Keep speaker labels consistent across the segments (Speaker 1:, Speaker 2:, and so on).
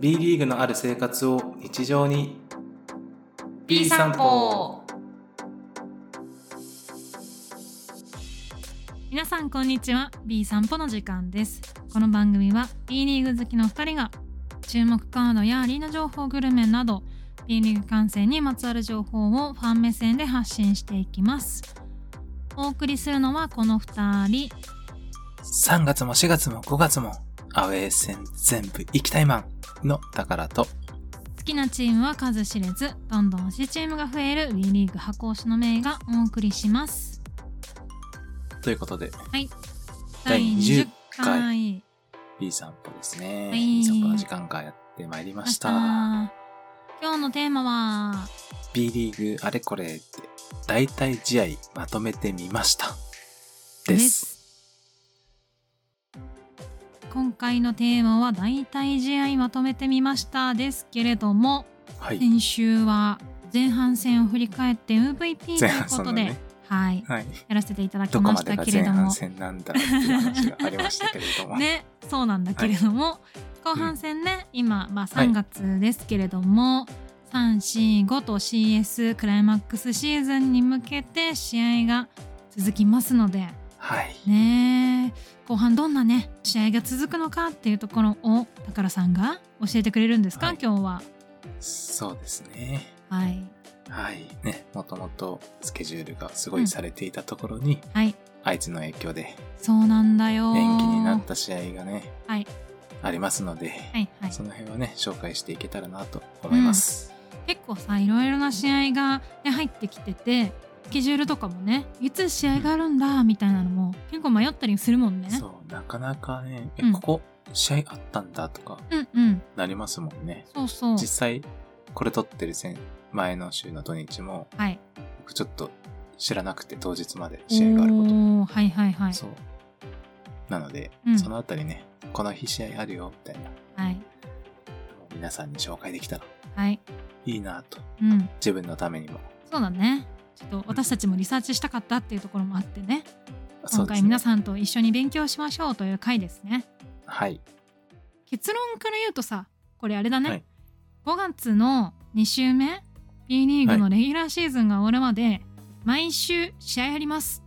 Speaker 1: B リーグのある生活を日常に
Speaker 2: B 散歩皆さんこんにちは B 散歩の時間ですこの番組は B リーグ好きの2人が注目カードやアリーナ情報グルメなど B リーグ観戦にまつわる情報をファン目線で発信していきますお送りするのはこの2人
Speaker 1: 3月も4月も5月もアウェー戦全部行きたいマンの宝と
Speaker 2: 好きなチームは数知れずどんどん推しチームが増える B リーグ箱推しの名がお送りします
Speaker 1: ということで第
Speaker 2: 第
Speaker 1: 20
Speaker 2: 20
Speaker 1: 回
Speaker 2: 回
Speaker 1: B 散歩ですね、
Speaker 2: はい
Speaker 1: いい散歩の時間がやってまいりました
Speaker 2: ました今日のテーマは
Speaker 1: B リーグあれこれって大体試合まとめてみましたです
Speaker 2: 今回のテーマは大体試合まとめてみましたですけれども
Speaker 1: はい
Speaker 2: 先週は前半戦を振り返って MVP と
Speaker 1: 前
Speaker 2: いう
Speaker 1: 半
Speaker 2: こ
Speaker 1: 戦
Speaker 2: と
Speaker 1: の
Speaker 2: で、
Speaker 1: ね
Speaker 2: はい
Speaker 1: はい
Speaker 2: やらせていただき
Speaker 1: どこ
Speaker 2: ま
Speaker 1: ま
Speaker 2: し
Speaker 1: で
Speaker 2: た
Speaker 1: が
Speaker 2: け
Speaker 1: 前
Speaker 2: れども
Speaker 1: 半戦なんだっていう話がありましたけれども、
Speaker 2: ねそうなんだけれども、後半戦ね、今、まあ、3月ですけれども、345と CS クライマックスシーズンに向けて試合が続きますので
Speaker 1: はい
Speaker 2: ね後半どんなね試合が続くのかっていうところを宝さんが教えてくれるんですか、
Speaker 1: はい
Speaker 2: 今日は。
Speaker 1: そうですね
Speaker 2: はい、
Speaker 1: はいねもともとスケジュールがすごいされていたところに、
Speaker 2: はい、
Speaker 1: あいつの影響で
Speaker 2: そうなんだよー。
Speaker 1: 延期になった試合がね、
Speaker 2: はい
Speaker 1: ありますので、
Speaker 2: はいはい、
Speaker 1: その辺はね紹介していけたらなと思います、
Speaker 2: 結構さいろいろな試合が、ね、入ってきててスケジュールとかもねいつ試合があるんだみたいなのも結構迷ったりするもんね。
Speaker 1: そうなかなかねえ
Speaker 2: うん
Speaker 1: ここ試合あったんだとか
Speaker 2: うんうん
Speaker 1: なりますもんね、
Speaker 2: そうそう
Speaker 1: 実際これ撮ってる戦前の週の土日も
Speaker 2: はい
Speaker 1: 僕ちょっと知らなくて当日まで試合があること
Speaker 2: おーはいはいはい
Speaker 1: そう。なので、
Speaker 2: うん
Speaker 1: そのあたりね、この日試合あるよ、みたいな、
Speaker 2: はい
Speaker 1: 皆さんに紹介できたら
Speaker 2: はい
Speaker 1: いいなと、
Speaker 2: うん
Speaker 1: 自分のためにも。
Speaker 2: そうだねちょっと私たちもリサーチしたかったっていうところもあってね
Speaker 1: そう
Speaker 2: 今
Speaker 1: で
Speaker 2: 回
Speaker 1: すね
Speaker 2: 皆さんと一緒に勉強しましょうという回ですね。
Speaker 1: はい。
Speaker 2: 結論から言うとさこれあれだね、
Speaker 1: はい
Speaker 2: 5月の2週目 B リーグのレギュラーシーズンが終わるまで、毎週試合あります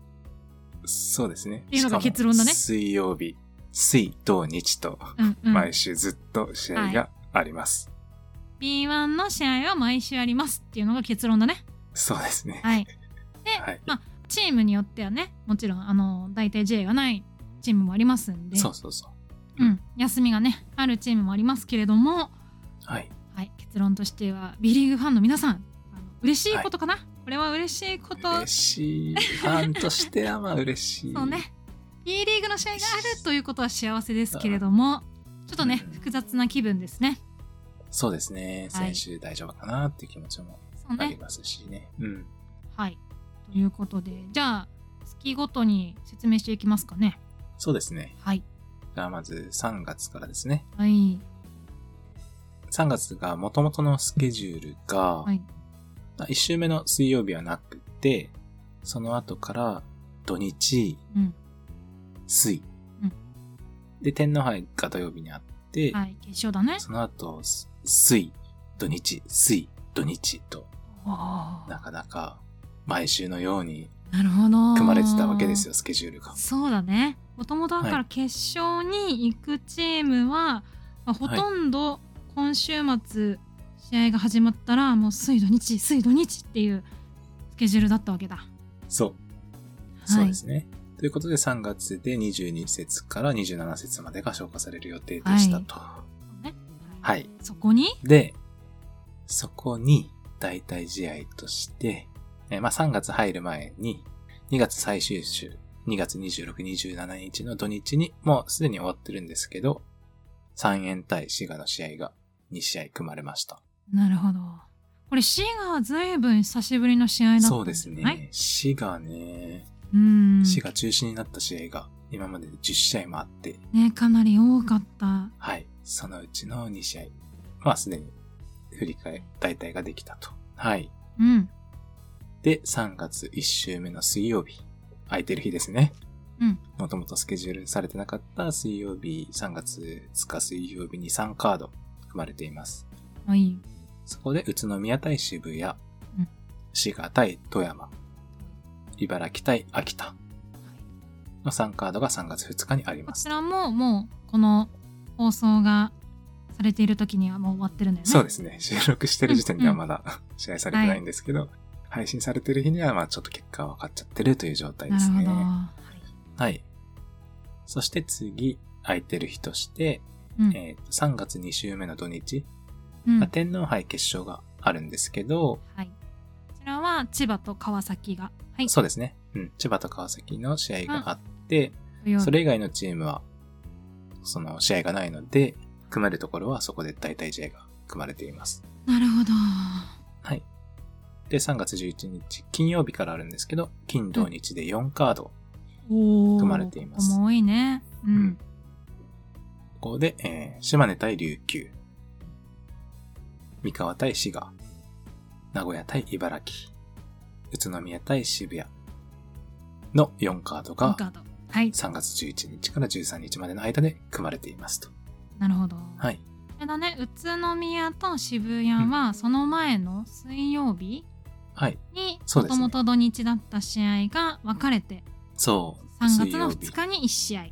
Speaker 1: そうですね。
Speaker 2: っていうのが
Speaker 1: しかも
Speaker 2: 結論だね
Speaker 1: 水曜日、水、土、日と、
Speaker 2: うんうん、
Speaker 1: 毎週ずっと試合があります。
Speaker 2: B1 の試合は毎週ありますっていうのが結論だね。
Speaker 1: そうですね。
Speaker 2: はい、
Speaker 1: はい。
Speaker 2: チームによってはねもちろんあの大体 J がないチームもありますんで
Speaker 1: そうそうそう。
Speaker 2: うん、休みがねあるチームもありますけれども、
Speaker 1: はい。
Speaker 2: はい、結論としては B リーグファンの皆さんあの嬉しいことかな、これは嬉しいこと
Speaker 1: 嬉しい。ファンとしてはまあ嬉しい。
Speaker 2: そうね B リーグの試合があるということは幸せですけれどもちょっとね
Speaker 1: うん
Speaker 2: 複雑な気分ですね。
Speaker 1: そうですね。
Speaker 2: は
Speaker 1: 先
Speaker 2: い
Speaker 1: 週大丈夫かなっていう気持ちも
Speaker 2: そう
Speaker 1: あり
Speaker 2: ね
Speaker 1: ますしね。うん。
Speaker 2: はいということでじゃあ月ごとに説明していきますかね。
Speaker 1: そうですね。
Speaker 2: はい、
Speaker 1: じゃあまず3月からですね。
Speaker 2: はい
Speaker 1: 3月が元々のスケジュールが、
Speaker 2: はい
Speaker 1: 1週目の水曜日はなくて、その後から土日、
Speaker 2: うん
Speaker 1: 水。
Speaker 2: うん
Speaker 1: で、天皇杯が土曜日にあって、
Speaker 2: はい、決勝だね。
Speaker 1: その後、す水、土日、水、土日と、
Speaker 2: おー
Speaker 1: なかなか毎週のように
Speaker 2: なるほど。
Speaker 1: 組まれてたわけですよ、スケジュールが。
Speaker 2: そうだね。もともとだか
Speaker 1: は
Speaker 2: ら決勝に行くチームは、まあほとんど今週末試合が始まったらもう水土日水土日っていうスケジュールだったわけだ。
Speaker 1: そう。そうですね。ということで3月で22節から27節までが消化される予定でしたと。
Speaker 2: ね
Speaker 1: はい。
Speaker 2: そこに
Speaker 1: で、そこに代替試合として、えーまあ、3月入る前に、2月最終週、2月26、27日の土日に、もうすでに終わってるんですけど、3円対滋賀の試合が2試合組まれました。
Speaker 2: なるほど。これシガはずいぶん久しぶりの試合だったんじゃない
Speaker 1: そうです。ね。滋賀ね、
Speaker 2: うん。
Speaker 1: 滋賀中止になった試合が今までで10試合もあって、
Speaker 2: ねかなり多かった。
Speaker 1: はい。そのうちの2試合。まあ、すでに振り替え、代替ができたと。はい。
Speaker 2: うん
Speaker 1: で、3月1週目の水曜日。空いてる日ですね。
Speaker 2: うん。
Speaker 1: もともとスケジュールされてなかった水曜日、3月2日水曜日に3カード含まれています。
Speaker 2: はい。
Speaker 1: そこで宇都宮対渋谷、
Speaker 2: ん
Speaker 1: 滋賀対富山、茨城対秋田の3カードが3月2日にあり
Speaker 2: こ
Speaker 1: ます
Speaker 2: ち。らももうこの放送がされている時にはもう終わってるんだよね。
Speaker 1: そうですね。収録してる時点ではまだ 試合されてないんですけど、配信されてる日にはまあちょっと結果は分かっちゃってるという状態です
Speaker 2: な
Speaker 1: ね
Speaker 2: るほ。ど。はい
Speaker 1: はい。そして次、空いてる日として、
Speaker 2: うん
Speaker 1: えーと3月2週目の土日、
Speaker 2: うん
Speaker 1: まあ天皇杯決勝があるんですけど、
Speaker 2: はい。こちらは千葉と川崎が、はい。
Speaker 1: そうですね。うん。千葉と川崎の試合があって、
Speaker 2: 土曜日
Speaker 1: それ以外のチームは、その試合がないので、組まれるところはそこで大体試合が組まれています。
Speaker 2: なるほど。
Speaker 1: はい。で、3月11日、金曜日からあるんですけど、金土日で4カード。
Speaker 2: おー
Speaker 1: 組まれています
Speaker 2: ここも多いね。うん。
Speaker 1: うんここで、えー島根対琉球。三河対滋賀。名古屋対茨城。宇都宮対渋谷。の4カード
Speaker 2: ワン
Speaker 1: が
Speaker 2: カ、ードはい。
Speaker 1: 3月11日から13日までの間で組まれていますと。
Speaker 2: なるほど。
Speaker 1: はい。
Speaker 2: あれだね、宇都宮と渋谷はその前の水曜日
Speaker 1: はい。
Speaker 2: に、
Speaker 1: そう
Speaker 2: も
Speaker 1: です
Speaker 2: と
Speaker 1: ね
Speaker 2: もと土日だった試合が分かれて、
Speaker 1: そう。
Speaker 2: 3月
Speaker 1: 水曜
Speaker 2: の
Speaker 1: 日
Speaker 2: 2日に1試合、で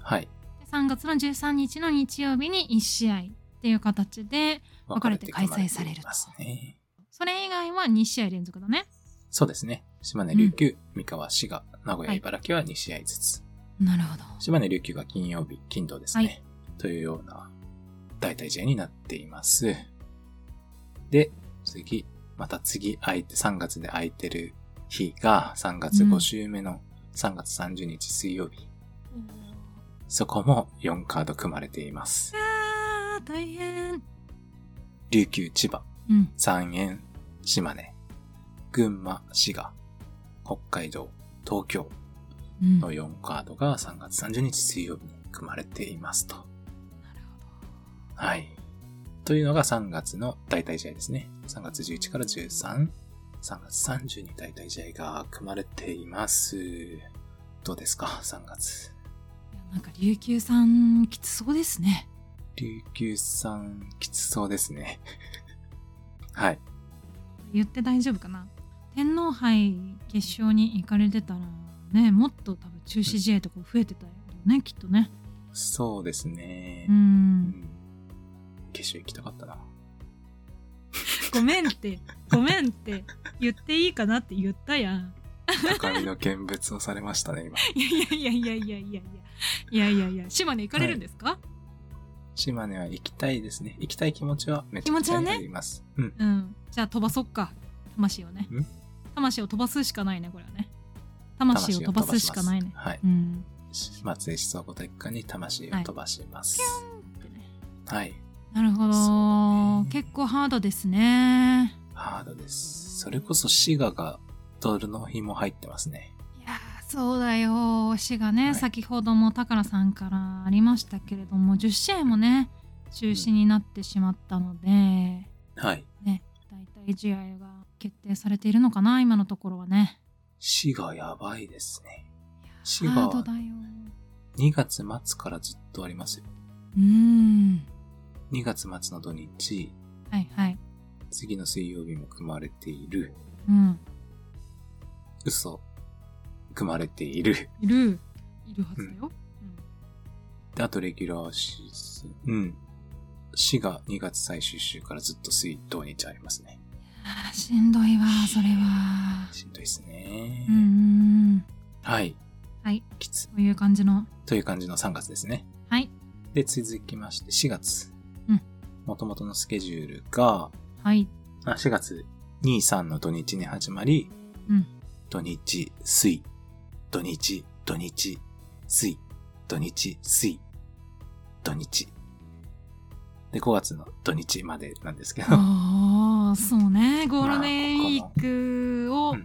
Speaker 1: はい。
Speaker 2: 3月の13日の日曜日に1試合っていう形で、分かれて開催され
Speaker 1: 分かて組まてい
Speaker 2: ると
Speaker 1: ますね。
Speaker 2: それ以外は2試合連続だね。
Speaker 1: そうですね。島根、
Speaker 2: うん
Speaker 1: 琉球、三河、滋賀、名古屋、
Speaker 2: はい
Speaker 1: 茨城は2試合ずつ。
Speaker 2: なるほど。
Speaker 1: 島根、琉球が金曜日、金土ですね。
Speaker 2: はい
Speaker 1: というような大体試合になっています。で、次、また次空いて、3月で空いてる日が3月
Speaker 2: う
Speaker 1: 5
Speaker 2: ん
Speaker 1: 週目の3月30日水曜日。そこも4カード組まれています。
Speaker 2: あー、大変。
Speaker 1: 琉球、千葉、
Speaker 2: うん。
Speaker 1: 三円、島根、群馬、滋賀、北海道、東京
Speaker 2: うん、な
Speaker 1: の
Speaker 2: る
Speaker 1: 4カードが3月30日水曜日に組まれていますと。はい。というのが3月の大体試合ですね。3月11から13、3月30に大体試合が組まれています。どうですか ?3 月。
Speaker 2: ほど。いやなんか琉球さん、きつそうですね。
Speaker 1: 琉球さん、きつそうですね。 はい。
Speaker 2: 言って大丈夫かな天皇杯決勝に行かれてたらねもっと多分中止試合とか増えてたよね、きっとね
Speaker 1: そうですね
Speaker 2: う。ん
Speaker 1: 決勝行きたかったな。
Speaker 2: ごめんってごめんって言っていいかなって言ったやん
Speaker 1: 高みの見物をされました ね、今。
Speaker 2: いやいやいやいやいやいやいやいやいや島根行かれるんですか、
Speaker 1: 島根は行きたいですね。行きたい気持ちはめちゃく
Speaker 2: 気持ち
Speaker 1: ちゃ
Speaker 2: は
Speaker 1: に
Speaker 2: ね
Speaker 1: あります。うん。
Speaker 2: うんじゃあ飛ばそっか魂をね
Speaker 1: ん
Speaker 2: 魂を飛ばすしかないねこれはね魂を飛ばすしかない
Speaker 1: 魂
Speaker 2: ね
Speaker 1: を飛ばしますはい。
Speaker 2: うん
Speaker 1: 松江総合体育館に魂を飛ばします。
Speaker 2: ってね
Speaker 1: はい。
Speaker 2: なるほ
Speaker 1: そう
Speaker 2: ど
Speaker 1: ね
Speaker 2: 結構ハードですね
Speaker 1: ハードです。それこそ滋賀がドルの日も入ってますね。
Speaker 2: いやーそうだよ推しがね、
Speaker 1: はい
Speaker 2: 先ほども高野さんからありましたけれども10試合もね中止になってしまったので、
Speaker 1: はい。
Speaker 2: 大体試合が決定されているのかな今のところはね
Speaker 1: 滋賀やばいですね。滋
Speaker 2: ハ
Speaker 1: 賀
Speaker 2: ードだ
Speaker 1: は
Speaker 2: よ
Speaker 1: 2月末からずっとありますよ。
Speaker 2: うーん
Speaker 1: 2月末の土日、
Speaker 2: はいはい
Speaker 1: 次の水曜日も組まれている。
Speaker 2: うん
Speaker 1: 嘘。組まれている。
Speaker 2: いるいるはずだよ、
Speaker 1: で、あとレギュラーシーズン。うん。滋賀2月最終週からずっと水、土日ありますね。
Speaker 2: あーしんどいわそれは
Speaker 1: しんどいですね。
Speaker 2: うんうんうん
Speaker 1: はい。
Speaker 2: はい
Speaker 1: きつ。
Speaker 2: こういう感じの
Speaker 1: という感じの3月ですね。
Speaker 2: はい
Speaker 1: で、続きまして4月。
Speaker 2: うん。
Speaker 1: 元々のスケジュールが、
Speaker 2: はい
Speaker 1: あ4月2、3の土日に始まり、
Speaker 2: うん
Speaker 1: 土日、水、土日、土日、水、土日、水、土日。で、5月の土日までなんですけど、
Speaker 2: ああそうねゴールデンウィークを
Speaker 1: ま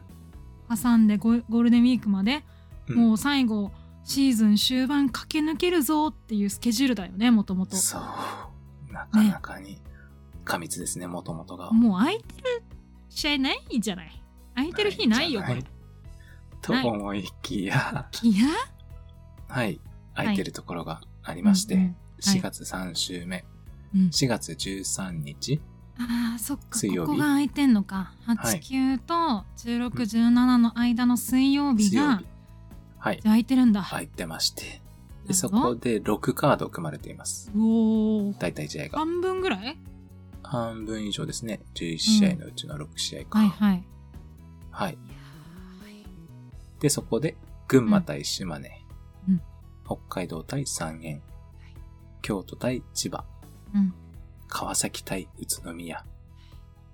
Speaker 1: あこ
Speaker 2: 挟んでゴゴールデンウィークまで、
Speaker 1: うん
Speaker 2: もう最後シーズン終盤駆け抜けるぞっていうスケジュールだよねもともと
Speaker 1: そう。なかなかに過密ですね、もともとが。
Speaker 2: もう空いてる試合ないじゃない空いてる日ないよこれ
Speaker 1: ないと思いきや、
Speaker 2: いや
Speaker 1: はい、空いてるところがありまして、
Speaker 2: うんうんはい
Speaker 1: 4月3週目、
Speaker 2: うん、
Speaker 1: 4月13日、
Speaker 2: ああそっか
Speaker 1: 水曜日
Speaker 2: ここが空いてんのか
Speaker 1: はい
Speaker 2: 89と1617の間の水曜日
Speaker 1: 水
Speaker 2: が、
Speaker 1: 曜日。はい
Speaker 2: じゃあ。空いてるんだ、
Speaker 1: 入ってまして。
Speaker 2: なるほど
Speaker 1: で、そこで6カード組まれています。
Speaker 2: おお
Speaker 1: 大体試合が。
Speaker 2: 半分ぐらい
Speaker 1: 半分以上ですね。11試合のうちの6試合か。
Speaker 2: はいはい
Speaker 1: はい。
Speaker 2: いや
Speaker 1: で、そこで、群馬対島根、
Speaker 2: うんうん
Speaker 1: 北海道対三原、京都対千葉、
Speaker 2: ーうん
Speaker 1: 川崎対宇都宮、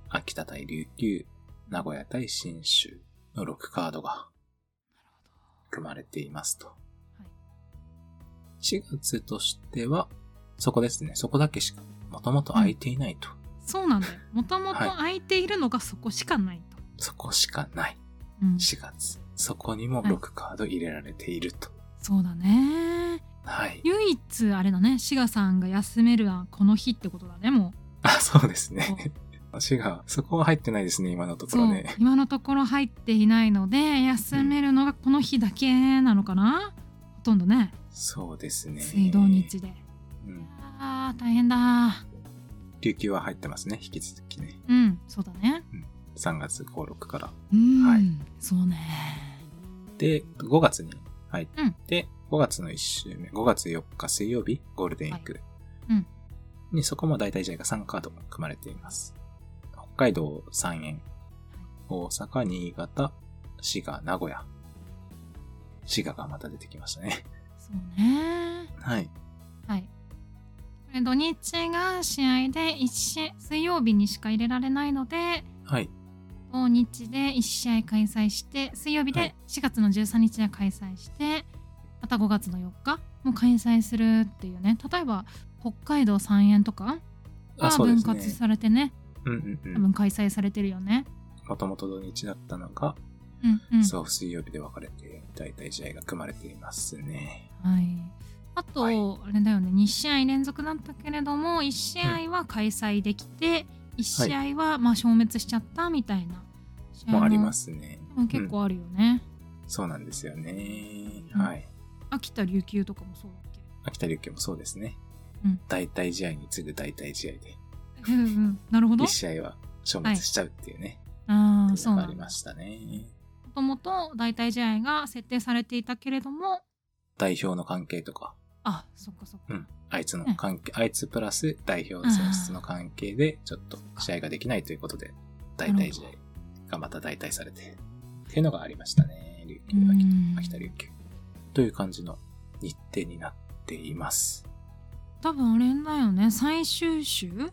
Speaker 1: 秋田対琉球、名古屋対新州の6カードが
Speaker 2: なるほど
Speaker 1: 組まれていますと。
Speaker 2: い
Speaker 1: 4月としては、そこですね。そこだけしか、もともと空いていないと。
Speaker 2: そうなんだ よもともと
Speaker 1: はい
Speaker 2: 空いているのがそこしかないと、
Speaker 1: そこしかない。
Speaker 2: うん、
Speaker 1: 4月。そこにも6カード入れられていると。
Speaker 2: そうだね
Speaker 1: はい。
Speaker 2: 唯一あれだね志賀さんが休めるはこの日ってことだねも
Speaker 1: あ、そうですね。 滋賀、そこは入ってないですね、今のと
Speaker 2: う
Speaker 1: こ
Speaker 2: そ
Speaker 1: ろ
Speaker 2: う、
Speaker 1: ね。
Speaker 2: 今のところ入っていないので休めるのがこの日だけなのかな、ほとんどね
Speaker 1: そうですね。
Speaker 2: 水道日で、
Speaker 1: うん。
Speaker 2: あー大変だ
Speaker 1: 琉球は入ってますね、引き続きね。
Speaker 2: うんそうだね
Speaker 1: 3月5、6から。
Speaker 2: うん、
Speaker 1: はい
Speaker 2: そうね
Speaker 1: で、5月に入って、5月の1週目、5月4日水曜日、ゴールデンウィーク。
Speaker 2: はいうん
Speaker 1: にそこも大体試合が3カード組まれています。北海道3円、大阪、新潟、滋賀、名古屋。滋賀がまた出てきましたね。
Speaker 2: そうね
Speaker 1: はい。
Speaker 2: はいこれ土日が試合で一試合水曜日にしか入れられないので
Speaker 1: はい。
Speaker 2: 土日で1試合開催して水曜日
Speaker 1: は
Speaker 2: で
Speaker 1: い
Speaker 2: 4月の13日で開催してまた5月の4日も開催するっていうね例えば北海道三円とか
Speaker 1: あ、
Speaker 2: が
Speaker 1: そうで
Speaker 2: 分
Speaker 1: す
Speaker 2: 割
Speaker 1: ね。
Speaker 2: されてね
Speaker 1: うんうんう
Speaker 2: 多
Speaker 1: ん。
Speaker 2: 分開催されてるよね。
Speaker 1: もともと土日だったのが、
Speaker 2: うんうん、
Speaker 1: そう、水曜日で分かれて、大体試合が組まれていますね。
Speaker 2: はい、あと、
Speaker 1: はい
Speaker 2: あれだよね2試合連続だったけれども1試合は開催できて、1試合はまあ消滅しちゃったみたいな試合
Speaker 1: もうありますね。
Speaker 2: うん結
Speaker 1: うん
Speaker 2: 構あるよね。
Speaker 1: そうなんですよね。
Speaker 2: うん
Speaker 1: はい。
Speaker 2: 秋田琉球とかもそうだっけ
Speaker 1: 秋田琉球もそうですね。
Speaker 2: うん
Speaker 1: 大体試合に次ぐ大体試合で、
Speaker 2: うんうん、なるほど
Speaker 1: 1。試合は消滅しちゃうっていうね、
Speaker 2: ああ、
Speaker 1: ってい
Speaker 2: そうう
Speaker 1: のが
Speaker 2: な
Speaker 1: あり
Speaker 2: んだ
Speaker 1: ま。したね。
Speaker 2: もともと代替試合が設定されていたけれども、
Speaker 1: 代表の関係とか、
Speaker 2: あ、そっかそっか。
Speaker 1: うん。あいつの関係、あいつプラス代表選出の関係で、ちょっと試合ができないということで、大体試合がまた代替されて、っていうのがありましたね。琉球
Speaker 2: う
Speaker 1: 秋田
Speaker 2: ん
Speaker 1: 秋田琉球。という感じの日程になっています。
Speaker 2: 多分あれだよね、最終週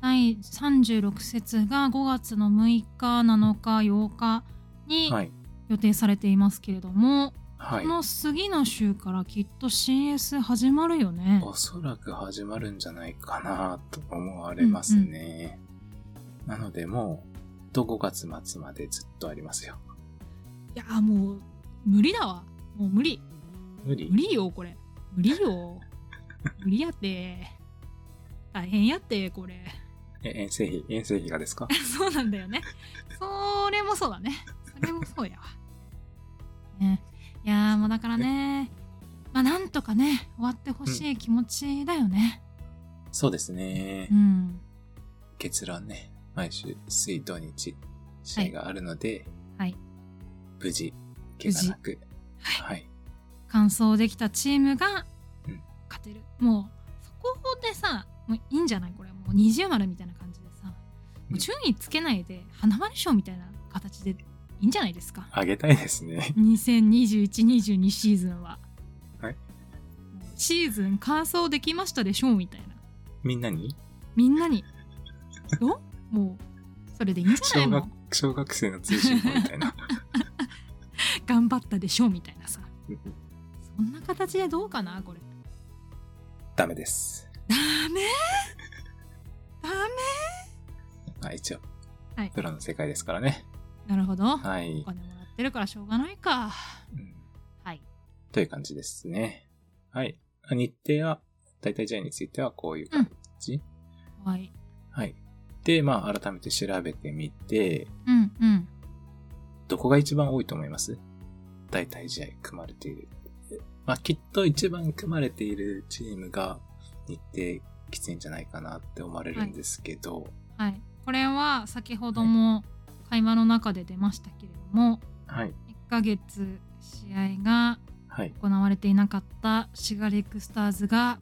Speaker 2: 第36節が5月の6日、7日、8日に
Speaker 1: はい。
Speaker 2: 予定されていますけれども、
Speaker 1: はい
Speaker 2: こ。の次の週からきっと CS 始まるよね。
Speaker 1: おそらく始まるんじゃないかなと思われますね。なのでもう、と5月末までずっとありますよ。
Speaker 2: いやー、もう無理だわ。もう無理。
Speaker 1: 無理
Speaker 2: 無理よ、これ。無理よ。無理やって。大変やって、これ。
Speaker 1: え遠征費、遠征費がですか
Speaker 2: そうなんだよね。それもそうだね。それもそうやわ。ね、いやーもうだからね、まあなんとかね、終わってほしい気持ちだよね。
Speaker 1: そうですね
Speaker 2: う。ん。
Speaker 1: 結論ね、毎週水土日試合があるので、
Speaker 2: はい。
Speaker 1: 無事、怪我なく、はい。
Speaker 2: 完走できたチームが
Speaker 1: うん
Speaker 2: 勝てる。もう、そこでさ、もういいんじゃないこれ。もう二重丸みたいな感じでさ、も
Speaker 1: う
Speaker 2: うん順位つけないで、花丸賞みたいな形でいいんじゃないですか。
Speaker 1: あげたいですね。
Speaker 2: 2021-22シーズンは。
Speaker 1: はい
Speaker 2: シーズン完走できましたでしょうみたいな。
Speaker 1: みんなに
Speaker 2: みんな に。どうもう、それでいいんじ
Speaker 1: 小
Speaker 2: ゃないも
Speaker 1: 学
Speaker 2: ん。、
Speaker 1: 小学生の通信簿みたいな。
Speaker 2: 頑張ったでしょうみたいなさ。
Speaker 1: うん
Speaker 2: そんな形でどうかなこれ。
Speaker 1: ダメです。
Speaker 2: ダメダメ
Speaker 1: あ、一応、
Speaker 2: はい
Speaker 1: プロの世界ですからね。
Speaker 2: なるほど。
Speaker 1: はい
Speaker 2: お。金もらってるからしょうがないか。
Speaker 1: うん
Speaker 2: はい。
Speaker 1: という感じですね。はい。日程は、大体試合についてはこういう感じ。
Speaker 2: はい。
Speaker 1: はい。で、まあ、改めて調べてみて、
Speaker 2: うんうん。
Speaker 1: どこが一番多いと思います大体試合組まれている。まあ、きっと一番組まれているチームが、日程きついんじゃないかなって思われるんですけど、
Speaker 2: はい、これは先ほども会話の中で出ましたけれども、
Speaker 1: はい、
Speaker 2: 1ヶ月試合が
Speaker 1: はい、
Speaker 2: 行われていなかったシガレックスターズが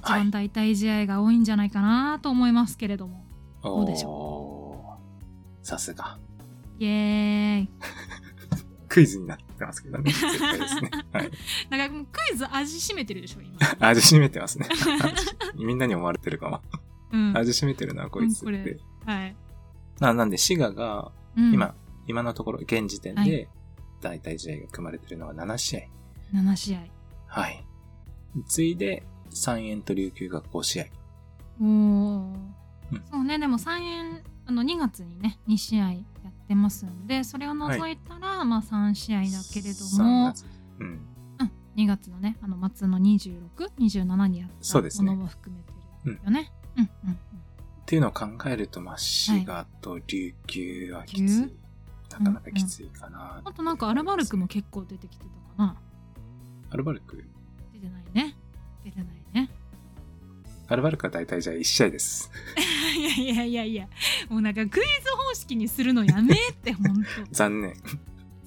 Speaker 2: 一
Speaker 1: はい
Speaker 2: 番大体試合が多いんじゃないかなと思いますけれども、
Speaker 1: お
Speaker 2: うでし
Speaker 1: ょうさすが。
Speaker 2: イエーイ
Speaker 1: クイズになってますけど ね、絶対ですね。はい。
Speaker 2: なんかもうクイズ味しめてるでしょ 今、
Speaker 1: 味しめてますね。 みんなに思われてるかも。
Speaker 2: うん、
Speaker 1: 味しめてるな、こいつっ
Speaker 2: うんこれ
Speaker 1: て。
Speaker 2: はい、
Speaker 1: ななんで、滋賀が、
Speaker 2: うん、
Speaker 1: 今、今のところ、現時点
Speaker 2: は
Speaker 1: で
Speaker 2: い、
Speaker 1: 大体試合が組まれてるのは7試合。
Speaker 2: 7試合
Speaker 1: はい。次いで、三円と琉球が5試合。
Speaker 2: おー
Speaker 1: うん
Speaker 2: そうねでも3円あの2月にね2試合やってますんでそれを除いたら、まあ3試合だけれど
Speaker 1: 3
Speaker 2: も
Speaker 1: 月。うん。
Speaker 2: うん、2月のねあの末の2627にやっ
Speaker 1: そうで
Speaker 2: た
Speaker 1: す
Speaker 2: も
Speaker 1: ね
Speaker 2: のも含めてるよね。うんうんうん
Speaker 1: っていうのを考えると、まあ、滋賀と琉球はきつい。なかなかきついかな、
Speaker 2: あとなんかアルバルクも。結構出てきてたかな
Speaker 1: アルバルク
Speaker 2: 出てないね出てないね
Speaker 1: アルバルクは大体じゃあ1試合です。
Speaker 2: いやいやいやいやもうなんかクイズ方式にするのやめってほ んと
Speaker 1: 残念。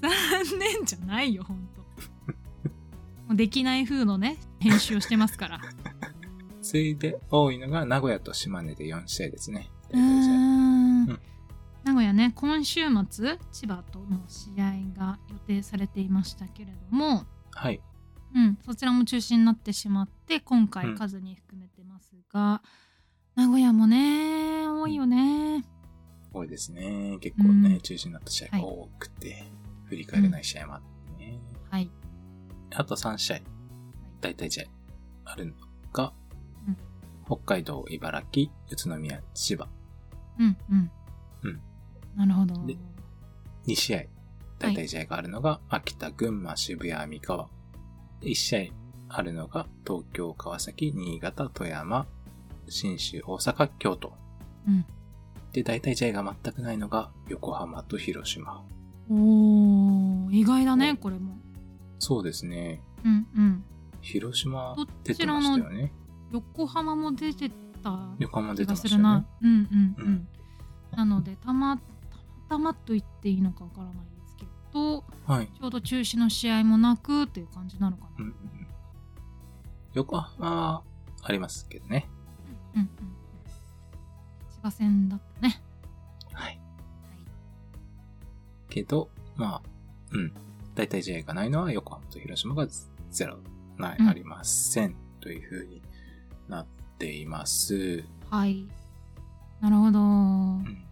Speaker 2: 残念じゃないよほんともうできない風のね編集をしてますから
Speaker 1: 次いで多いのが名古屋と島根で4試合ですね。
Speaker 2: うー
Speaker 1: 大体じゃあ
Speaker 2: ん
Speaker 1: うん
Speaker 2: 名古屋ね今週末千葉との試合が予定されていましたけれども、
Speaker 1: はい。
Speaker 2: うん、そちらも中止になってしまって今
Speaker 1: う
Speaker 2: 回
Speaker 1: ん
Speaker 2: 数に含めてますが、名古屋もね多いよね、
Speaker 1: 多いですね。結構ね、
Speaker 2: うん
Speaker 1: 中止になった試合が多くて、振り返れない試合もあってね。
Speaker 2: はい
Speaker 1: あと3試合、大体試合あるのが、
Speaker 2: うん
Speaker 1: 北海道、茨城、宇都宮、千葉、
Speaker 2: うんうん、
Speaker 1: うん
Speaker 2: なるほど
Speaker 1: で2試合、大体試合があるのが、秋田、群馬、渋谷、三河。1試合あるのが、東京、川崎、新潟、富山、新州、大阪、京都。
Speaker 2: うん
Speaker 1: で、大体試合が全くないのが、横浜と広島。
Speaker 2: おー意外だ
Speaker 1: お
Speaker 2: ねこれも
Speaker 1: そうですね。
Speaker 2: うんうん
Speaker 1: 広島
Speaker 2: どっ、
Speaker 1: 出て
Speaker 2: ちら
Speaker 1: ま
Speaker 2: の
Speaker 1: したよね。
Speaker 2: 横浜も出てた
Speaker 1: 横浜
Speaker 2: 気
Speaker 1: 出て
Speaker 2: が
Speaker 1: まし
Speaker 2: す
Speaker 1: た
Speaker 2: る
Speaker 1: よね。
Speaker 2: な、うんうんう
Speaker 1: うん
Speaker 2: んなのでたまたまたまと言っていいのかわからないですけど
Speaker 1: はい。
Speaker 2: ちょうど中止の試合もなくっていう感じなのか
Speaker 1: う
Speaker 2: な、
Speaker 1: んうんうん横浜はありますけどね。
Speaker 2: うんうん、千葉戦だったね
Speaker 1: はい。
Speaker 2: はい
Speaker 1: けど、まあ、うん。大体試合がないのは横浜と広島がゼロ、ない、
Speaker 2: うん
Speaker 1: ありません。というふうになっています。
Speaker 2: はい。なるほど。ま
Speaker 1: うん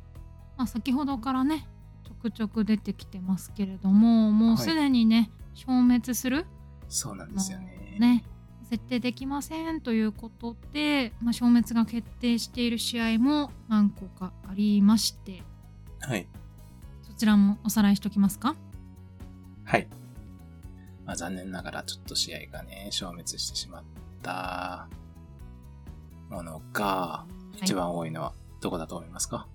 Speaker 2: あ、先ほどからね、ちょくちょく出てきてますけれども、もうすでにね、消滅する、
Speaker 1: そうなんですよね。
Speaker 2: ね、設定できませんということで、まあ、消滅が決定している試合も何個かありまして、
Speaker 1: はい。
Speaker 2: そちらもおさらいしときますか。
Speaker 1: はい。まあ残念ながらちょっと試合がね、消滅してしまったものが、
Speaker 2: い
Speaker 1: 一番多いのはどこだと思いますか、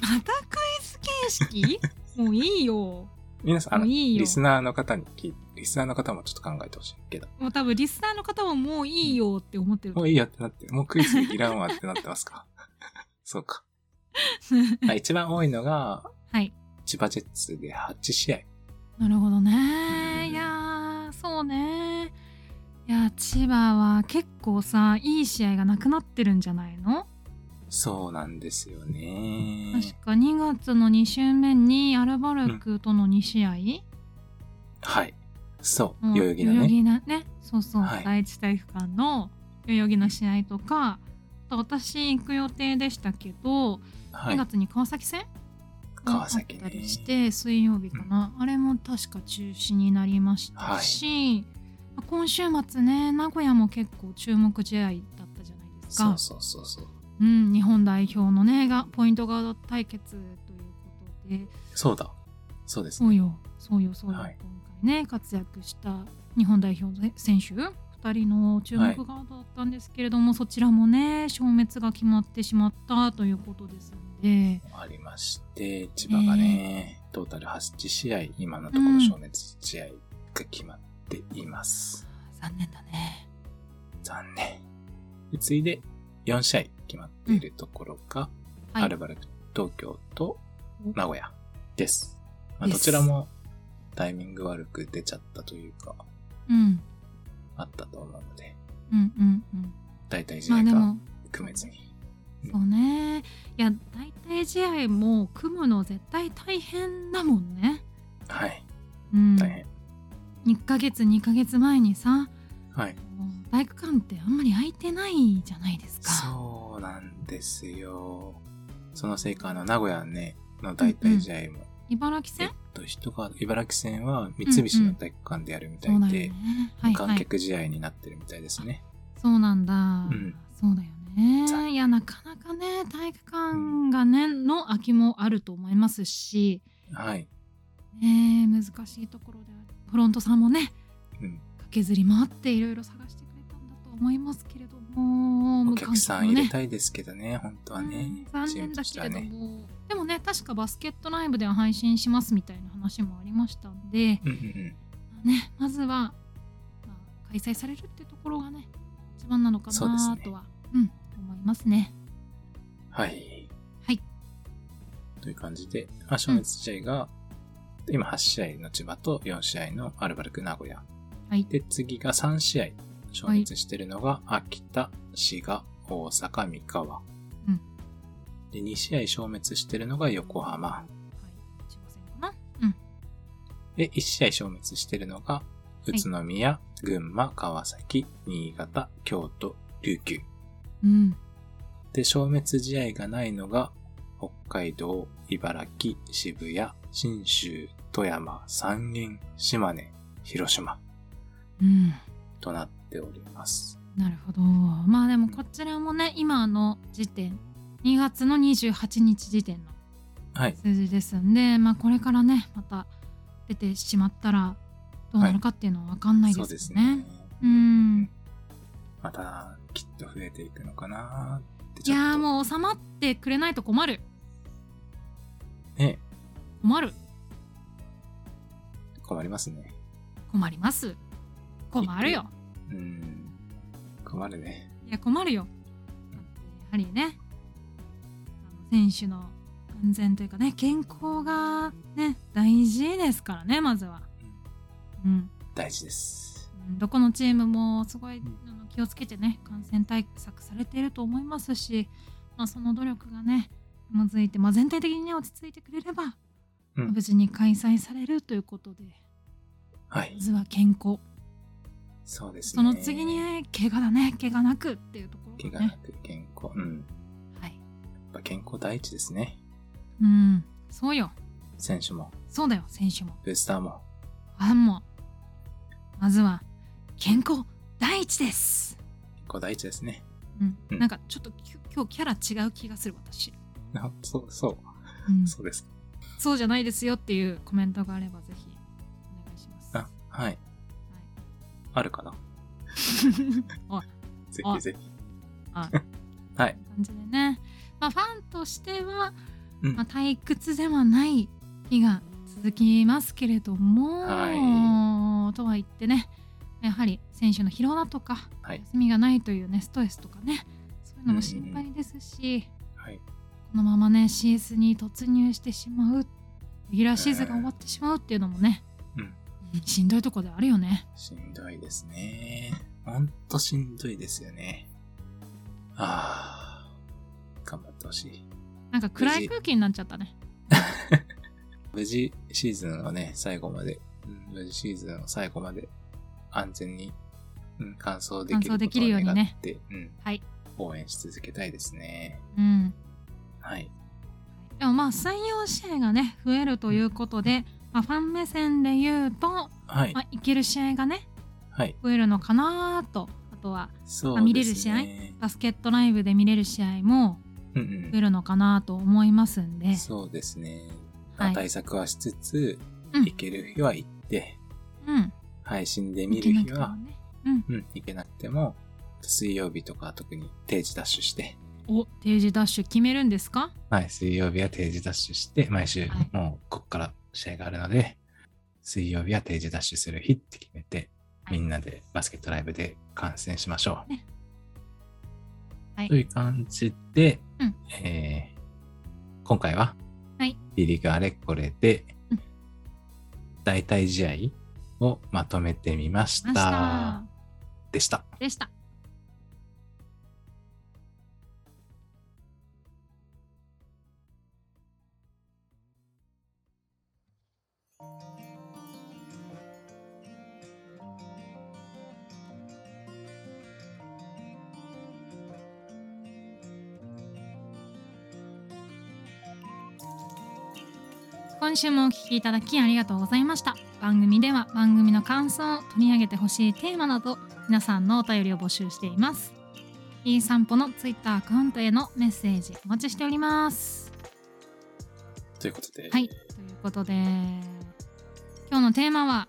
Speaker 2: またクイズ形式もういいよ。
Speaker 1: 皆さん、あの
Speaker 2: もういいよ
Speaker 1: リスナーの方に聞い、リスナーの方もちょっと考えてほしいけど、
Speaker 2: もう多分リスナーの方ももういいよって思ってる
Speaker 1: もういいよってなって、もうクイズいらんわってなってますか そうか。あ一番多いのが、
Speaker 2: はい。
Speaker 1: 千葉ジェッツで8試合。
Speaker 2: なるほど
Speaker 1: う
Speaker 2: ね。
Speaker 1: ん
Speaker 2: いやー、そうね。いや、千葉は結構さ、いい試合がなくなってるんじゃないの、
Speaker 1: そうなんですよね。
Speaker 2: 確か2月の2週目にアルバルクとの2試合、
Speaker 1: はい。そう、
Speaker 2: うん
Speaker 1: 代々木の
Speaker 2: 代々
Speaker 1: ね。
Speaker 2: 木なね。そうそう、
Speaker 1: はい
Speaker 2: 第一体育館の代々木の試合とか、あと私行く予定でしたけど、
Speaker 1: は
Speaker 2: 2
Speaker 1: い。
Speaker 2: 月に川崎戦
Speaker 1: 川崎
Speaker 2: があったりし
Speaker 1: ね。
Speaker 2: て水曜日かな、あれも確か中止になりましたし、まあ今週末ね名古屋も結構注目試合だったじゃないです
Speaker 1: そ
Speaker 2: か
Speaker 1: うそうそうそう。
Speaker 2: うん、日本代表のねがポイントガード対決ということで
Speaker 1: そうだ。そうです
Speaker 2: そ
Speaker 1: ね。
Speaker 2: うよそうよそうよ、
Speaker 1: はい
Speaker 2: 今回ね活躍した日本代表の選手2人の注目ガードだったんですけれども、そちらもね消滅が決まってしまったということですので。
Speaker 1: ありまして、千葉がね、トータル8試合、今のところ消滅試合が決まっています。
Speaker 2: 残念だね
Speaker 1: 残念。次いで、 4試合決まっているところが、
Speaker 2: はい
Speaker 1: アルバルク東京と名古屋です。まあ、
Speaker 2: で
Speaker 1: ど
Speaker 2: す
Speaker 1: ちらもタイミング悪く出ちゃったというか、
Speaker 2: うん
Speaker 1: あったと思うので、
Speaker 2: うんうんうん
Speaker 1: 大体試
Speaker 2: まあ
Speaker 1: 合
Speaker 2: で
Speaker 1: が
Speaker 2: も
Speaker 1: 組めずに。
Speaker 2: そうねいや大体試合も組むの絶対大変だもんね
Speaker 1: はい。
Speaker 2: うん
Speaker 1: 大変。
Speaker 2: 1ヶ月2ヶ月前にさ
Speaker 1: はい。
Speaker 2: 体育館ってあんまり空いてないじゃないですか
Speaker 1: そうなんですよ。そのせいか、あの、名古屋ね、の大体試合も、
Speaker 2: 茨城
Speaker 1: えっ
Speaker 2: 線
Speaker 1: と、人が、茨城戦は三菱の体育館でやるみた
Speaker 2: そうだ
Speaker 1: い
Speaker 2: よ
Speaker 1: で、
Speaker 2: ねはいは
Speaker 1: 観
Speaker 2: い
Speaker 1: 客試合になってるみたいですね。
Speaker 2: そうなんだ、
Speaker 1: ん
Speaker 2: そうだよねいやなかなかね体育館がねの空きもあると思いますし、
Speaker 1: はい。
Speaker 2: ね、難しいところであるフロントさんもね
Speaker 1: うん。
Speaker 2: 駆けずり回っていろいろ探してくれたんだと思いますけれども
Speaker 1: お客さん入
Speaker 2: 無観
Speaker 1: れ
Speaker 2: 客
Speaker 1: たいですけどね、本当は
Speaker 2: もね
Speaker 1: ね
Speaker 2: うん。残
Speaker 1: チー
Speaker 2: 念
Speaker 1: ム
Speaker 2: だ
Speaker 1: として
Speaker 2: けれ
Speaker 1: は
Speaker 2: ど
Speaker 1: ね。
Speaker 2: も、でもね確かバスケットライブでは配信しますみたいな話もありましたんで、
Speaker 1: うんうんうん。
Speaker 2: ね、まずは、まあ、開催されるっていうところがね一番なのか
Speaker 1: そうです
Speaker 2: な
Speaker 1: ね
Speaker 2: とはう、ん、思いますね。
Speaker 1: はい。
Speaker 2: はい。
Speaker 1: という感じで、まあ、消滅試合が、今8試合の千葉と4試合のアルバルク名古屋。
Speaker 2: はい、
Speaker 1: で、次が3試合消滅してるのが、秋田、滋賀、大阪、三河。
Speaker 2: うん
Speaker 1: で、2試合消滅してるのが横浜。
Speaker 2: はい、千葉線かな。
Speaker 1: で、1試合消滅してるのが、宇都宮、群馬、川崎、新潟、京都、琉球。
Speaker 2: うん、
Speaker 1: で、消滅試合がないのが、北海道、茨城、渋谷、信州、富山、三原、島根、広島
Speaker 2: うん、
Speaker 1: となっております。
Speaker 2: なるほど。まあでもこちらもね今の時点2月の28日時点の
Speaker 1: はい。
Speaker 2: 数字ですんで、まあこれからねまた出てしまったらどうなるかっていうのは分かんない
Speaker 1: そう
Speaker 2: で
Speaker 1: ですす
Speaker 2: よね。
Speaker 1: ね。
Speaker 2: うん、
Speaker 1: また、きっと増えていくのかなーって
Speaker 2: い
Speaker 1: ちょっと。
Speaker 2: やーもう収まってくれないと困る
Speaker 1: ね、
Speaker 2: 困る
Speaker 1: 困りますね。
Speaker 2: 困ります困るよ
Speaker 1: うん。困るね。
Speaker 2: いや困るよだってやはりねあの選手の安全というかね健康がね大事ですからねまずは、うん、
Speaker 1: 大事です。
Speaker 2: うんどこのチームもすごい
Speaker 1: ん
Speaker 2: あの気をつけてね感染対策されていると思いますし、まあ、その努力がねまずいて、まあ、全体的にね落ち着いてくれれば、
Speaker 1: うん
Speaker 2: 無事に開催されるということで
Speaker 1: はい
Speaker 2: ま。ずは健康
Speaker 1: そうですね。
Speaker 2: その次に、ね、怪我だね怪我なくっていうところ
Speaker 1: 怪
Speaker 2: が
Speaker 1: 我な
Speaker 2: ね
Speaker 1: く健康。うん。や
Speaker 2: はい
Speaker 1: っぱ健康第一ですね。
Speaker 2: うんそうよ
Speaker 1: 選手も、
Speaker 2: そうだよ選手も
Speaker 1: ブースターも。
Speaker 2: ファンもまずは健康第一です、
Speaker 1: 健康第一ですね。
Speaker 2: うん
Speaker 1: うん
Speaker 2: なんかちょっとき今日キャラ違う気がする私、
Speaker 1: なそう、そう、
Speaker 2: うん
Speaker 1: そうですか。
Speaker 2: そうじゃないですよっていうコメントがあればぜひお願いします
Speaker 1: あ、はい。あるかな
Speaker 2: はい
Speaker 1: ぜ
Speaker 2: あ
Speaker 1: ひぜひ。
Speaker 2: あ
Speaker 1: はい。
Speaker 2: 感じでね、まあ、ファンとしては、
Speaker 1: うん
Speaker 2: まあ、退屈ではない日が続きますけれども、
Speaker 1: は
Speaker 2: とは言ってねやはり選手の疲労だとか、
Speaker 1: はい
Speaker 2: 休みがないというねストレスとかねそういうのも心配ですし、
Speaker 1: はい。
Speaker 2: このままね CS に突入してしまうレギュラーシーズンが終わってしまうっていうのもね、
Speaker 1: うん
Speaker 2: うんしんどいとこであるよね。
Speaker 1: しんどいですね。ほんとしんどいですよね。ああ。頑張ってほしい。
Speaker 2: なんか暗い空気になっちゃったね。
Speaker 1: 無事シーズンをね、最後まで、うん無事シーズンを最後まで安全に、うん、完走できる
Speaker 2: 完走できるようにね
Speaker 1: ことを願って、うん、
Speaker 2: はい、
Speaker 1: 応援し続けたいですね。
Speaker 2: うん
Speaker 1: はい。
Speaker 2: でもまあ採用試合がね増えるということで、まあ、ファン目線で言うと、ま
Speaker 1: はい。
Speaker 2: あ、いける試合がね
Speaker 1: はい。
Speaker 2: 増えるのかなとあとは
Speaker 1: そうですね。
Speaker 2: 見れる試合バスケットライブで見れる試合も
Speaker 1: うん
Speaker 2: 増えるのかなと思いますん
Speaker 1: う
Speaker 2: で
Speaker 1: ん。、そうですね。まあ
Speaker 2: はい
Speaker 1: 対策はしつつ、
Speaker 2: うん
Speaker 1: 行ける日は行って、
Speaker 2: うん、
Speaker 1: 配信で見る日は、
Speaker 2: ね、うん、
Speaker 1: うん、行けなくても、水曜日とか特に定時ダッシュして、
Speaker 2: お定時ダッシュ決めるんですか
Speaker 1: はい、水曜日は定時ダッシュして、毎週
Speaker 2: はい
Speaker 1: もうこっから試合があるので、水曜日は定時ダッシュする日って決めて、
Speaker 2: はい
Speaker 1: みんなでバスケットライブで観戦しましょう。
Speaker 2: はい
Speaker 1: という感じで、
Speaker 2: うん
Speaker 1: えー今回は、
Speaker 2: はい、
Speaker 1: B リーグあれこれで
Speaker 2: うん、
Speaker 1: 代替試合をまとめてみまし
Speaker 2: ました
Speaker 1: た。。でした。
Speaker 2: でした。今週もお聞きいただきありがとうございました番組では番組の感想を取り上げてほしいテーマなど皆さんのお便りを募集していますいい散歩のツイッターアカウントへのメッセージお待ちしております
Speaker 1: ということで、
Speaker 2: はいということで今日のテーマは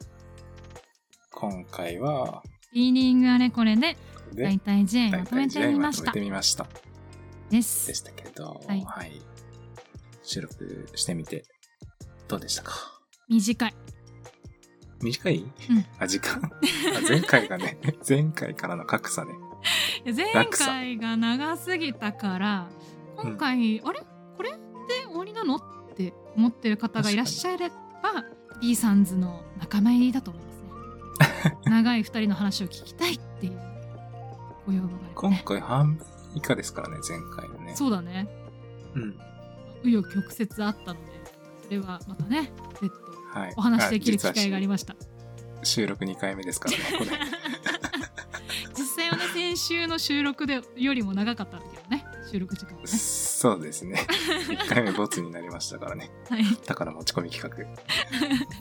Speaker 1: 今回は、
Speaker 2: リーディングあれこれで
Speaker 1: これで
Speaker 2: 大体試合
Speaker 1: 代
Speaker 2: まとめ
Speaker 1: 替
Speaker 2: て
Speaker 1: 試合
Speaker 2: み
Speaker 1: をま
Speaker 2: ま
Speaker 1: と
Speaker 2: し
Speaker 1: め
Speaker 2: た
Speaker 1: てみました。
Speaker 2: で
Speaker 1: ですしたけど、
Speaker 2: はい
Speaker 1: 収録してみて、どうでしたか
Speaker 2: 短い
Speaker 1: 短い、
Speaker 2: うん
Speaker 1: あ、時間あ前回が ね、前回からの格差ね。
Speaker 2: いや前
Speaker 1: 落差
Speaker 2: 回が長すぎたから今回、あれこれって終わりなのって思ってる方がいらっしゃれば B サンズの仲間入りだと思い ますね長い二人の話を聞きたいっていうご要望がある
Speaker 1: 今
Speaker 2: ね
Speaker 1: 回半分以下ですからね、前回のね。
Speaker 2: そうだね
Speaker 1: うん。
Speaker 2: 紆余曲折あったのでそれはまたね別途
Speaker 1: はい。
Speaker 2: お話しできる機会があり
Speaker 1: ま
Speaker 2: ました
Speaker 1: す。収録2回目です からね、これ。
Speaker 2: 実際はね先週の収録でよりも長かったんだけどね収録時間がね
Speaker 1: そうですね。1回目ボツになりましたからね。
Speaker 2: はい
Speaker 1: 宝持ち込み企画。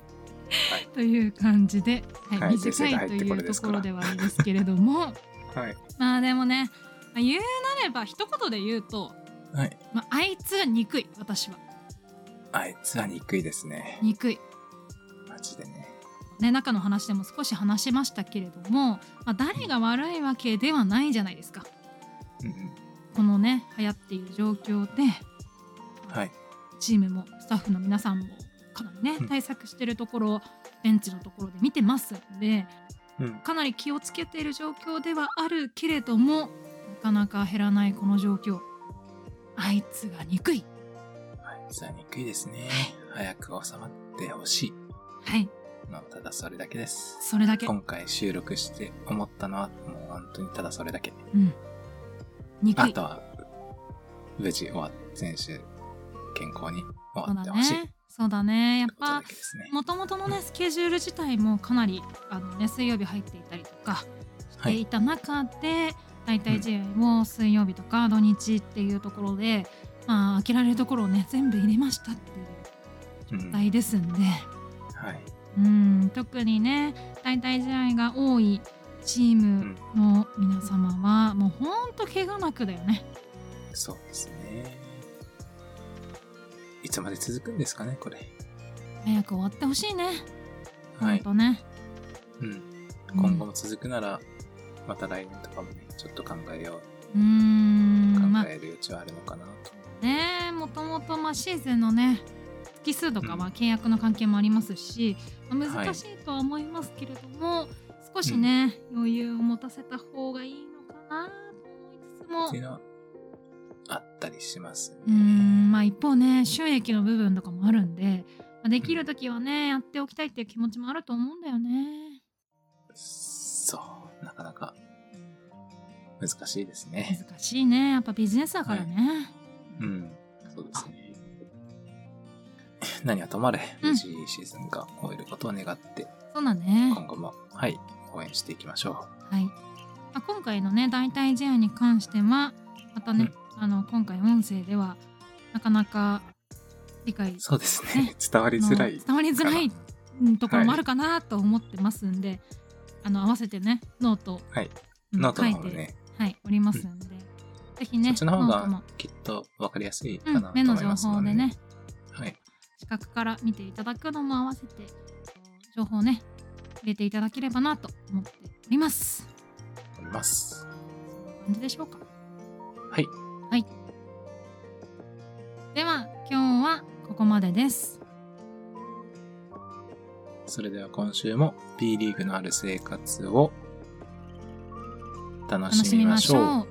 Speaker 2: という感じで、はい
Speaker 1: はい
Speaker 2: 短いと
Speaker 1: 訂正が入って
Speaker 2: い
Speaker 1: こ
Speaker 2: う
Speaker 1: れで
Speaker 2: と
Speaker 1: す
Speaker 2: こ
Speaker 1: から
Speaker 2: ろではあるんですけれども
Speaker 1: はい。
Speaker 2: まあでもねまあ言うなれば一言で言うと、
Speaker 1: はい。
Speaker 2: まあ、あいつが憎い私は
Speaker 1: あいつは憎いですね。
Speaker 2: 憎い、
Speaker 1: マジでね。
Speaker 2: ね、中の話でも少し話しましたけれども、まあ、誰が悪いわけではないじゃないですか
Speaker 1: うんうん。
Speaker 2: このね流行っている状況で
Speaker 1: はい。
Speaker 2: チームもスタッフの皆さんもかなりね
Speaker 1: うん
Speaker 2: 対策してるところベンチのところで見てますんで
Speaker 1: うん。
Speaker 2: かなり気をつけている状況ではあるけれどもなかなか減らないこの状況あいつが憎い
Speaker 1: あいつは憎いですね。早く収まってほしい。
Speaker 2: はい
Speaker 1: まあ、ただそれだけです。
Speaker 2: それだけ、
Speaker 1: 今回収録して思ったのは、もう本当にただそれだけ。
Speaker 2: うん、憎
Speaker 1: あ
Speaker 2: い
Speaker 1: とは、無事終わって、選手、健康に
Speaker 2: そ
Speaker 1: 終
Speaker 2: う
Speaker 1: わって
Speaker 2: だ
Speaker 1: ほしい。って
Speaker 2: ねそうだねやっ
Speaker 1: こと
Speaker 2: ぱ
Speaker 1: だけですね。
Speaker 2: もともとのねスケジュール自体もかなりあの、ね、水曜日入っていたりとかし
Speaker 1: は
Speaker 2: て
Speaker 1: い
Speaker 2: いた中で、大体試合も水曜日とか土日っていうところで、まあ開けられるところをね全部入れましたって
Speaker 1: う
Speaker 2: いう
Speaker 1: ん
Speaker 2: 状態ですんで。
Speaker 1: はい。
Speaker 2: うん特にね大体試合が多いチームの皆様は、もうほんと怪我なくだよね
Speaker 1: そうですね。いつまで続くんですかね、これ。
Speaker 2: 早く終わってほしいね
Speaker 1: は
Speaker 2: ほん
Speaker 1: い。
Speaker 2: とね、
Speaker 1: うん。
Speaker 2: うん
Speaker 1: 今後も続くなら、また来年とかもね、ちょっと考えよう、
Speaker 2: うーん
Speaker 1: 考
Speaker 2: まあ
Speaker 1: える余地はあるのかなと。
Speaker 2: ねもともとまあシーズンのね月数とかは契約の関係もありますし、まあ
Speaker 1: はい
Speaker 2: 難しいとは思いますけれども、少しね、余裕を持たせた方がいいのかなと思いつつも
Speaker 1: っていうのは、あったりしますね。
Speaker 2: うーんまあ一方ね収益の部分とかもあるんで、まあ、できる時はねやっておきたいっていう気持ちもあると思うんだよね
Speaker 1: そう、なかなか難しいですね。
Speaker 2: 難しいねやっぱビジネスだからね、
Speaker 1: うん、そうですね。何はともあれ、
Speaker 2: うん
Speaker 1: 無事シーズンが終えることを願って、
Speaker 2: そうだね
Speaker 1: 今後も、はい、応援していきましょ
Speaker 2: はい、まあ、今回のね代替試合に関してはまたね、あの今回音声ではなかなか理解
Speaker 1: う。そうです
Speaker 2: ね
Speaker 1: ね。伝わりづらい
Speaker 2: あの。伝わりづらいうんところもあるかなと思ってますんで、あの合わせてねノート、
Speaker 1: はい
Speaker 2: うん
Speaker 1: ノート
Speaker 2: 書
Speaker 1: の
Speaker 2: い
Speaker 1: 方も
Speaker 2: て、
Speaker 1: ね、
Speaker 2: はい、おりますんで、ぜひね
Speaker 1: そっちの方
Speaker 2: ノートも
Speaker 1: がきっとわかりやすいか
Speaker 2: う
Speaker 1: なんと、思
Speaker 2: 目
Speaker 1: い
Speaker 2: の情
Speaker 1: ます
Speaker 2: 報
Speaker 1: ので。
Speaker 2: でね
Speaker 1: はい。
Speaker 2: 視覚から見ていただくのも合わせて情報をね入れていただければなと思っております
Speaker 1: おります。
Speaker 2: 感じでしょうか
Speaker 1: はい。
Speaker 2: はいでは今日はここまでです
Speaker 1: それでは今週も B リーグのある生活を楽
Speaker 2: 楽し
Speaker 1: し
Speaker 2: み
Speaker 1: み
Speaker 2: ま
Speaker 1: ま
Speaker 2: し
Speaker 1: し
Speaker 2: ょ
Speaker 1: ょ
Speaker 2: う
Speaker 1: う。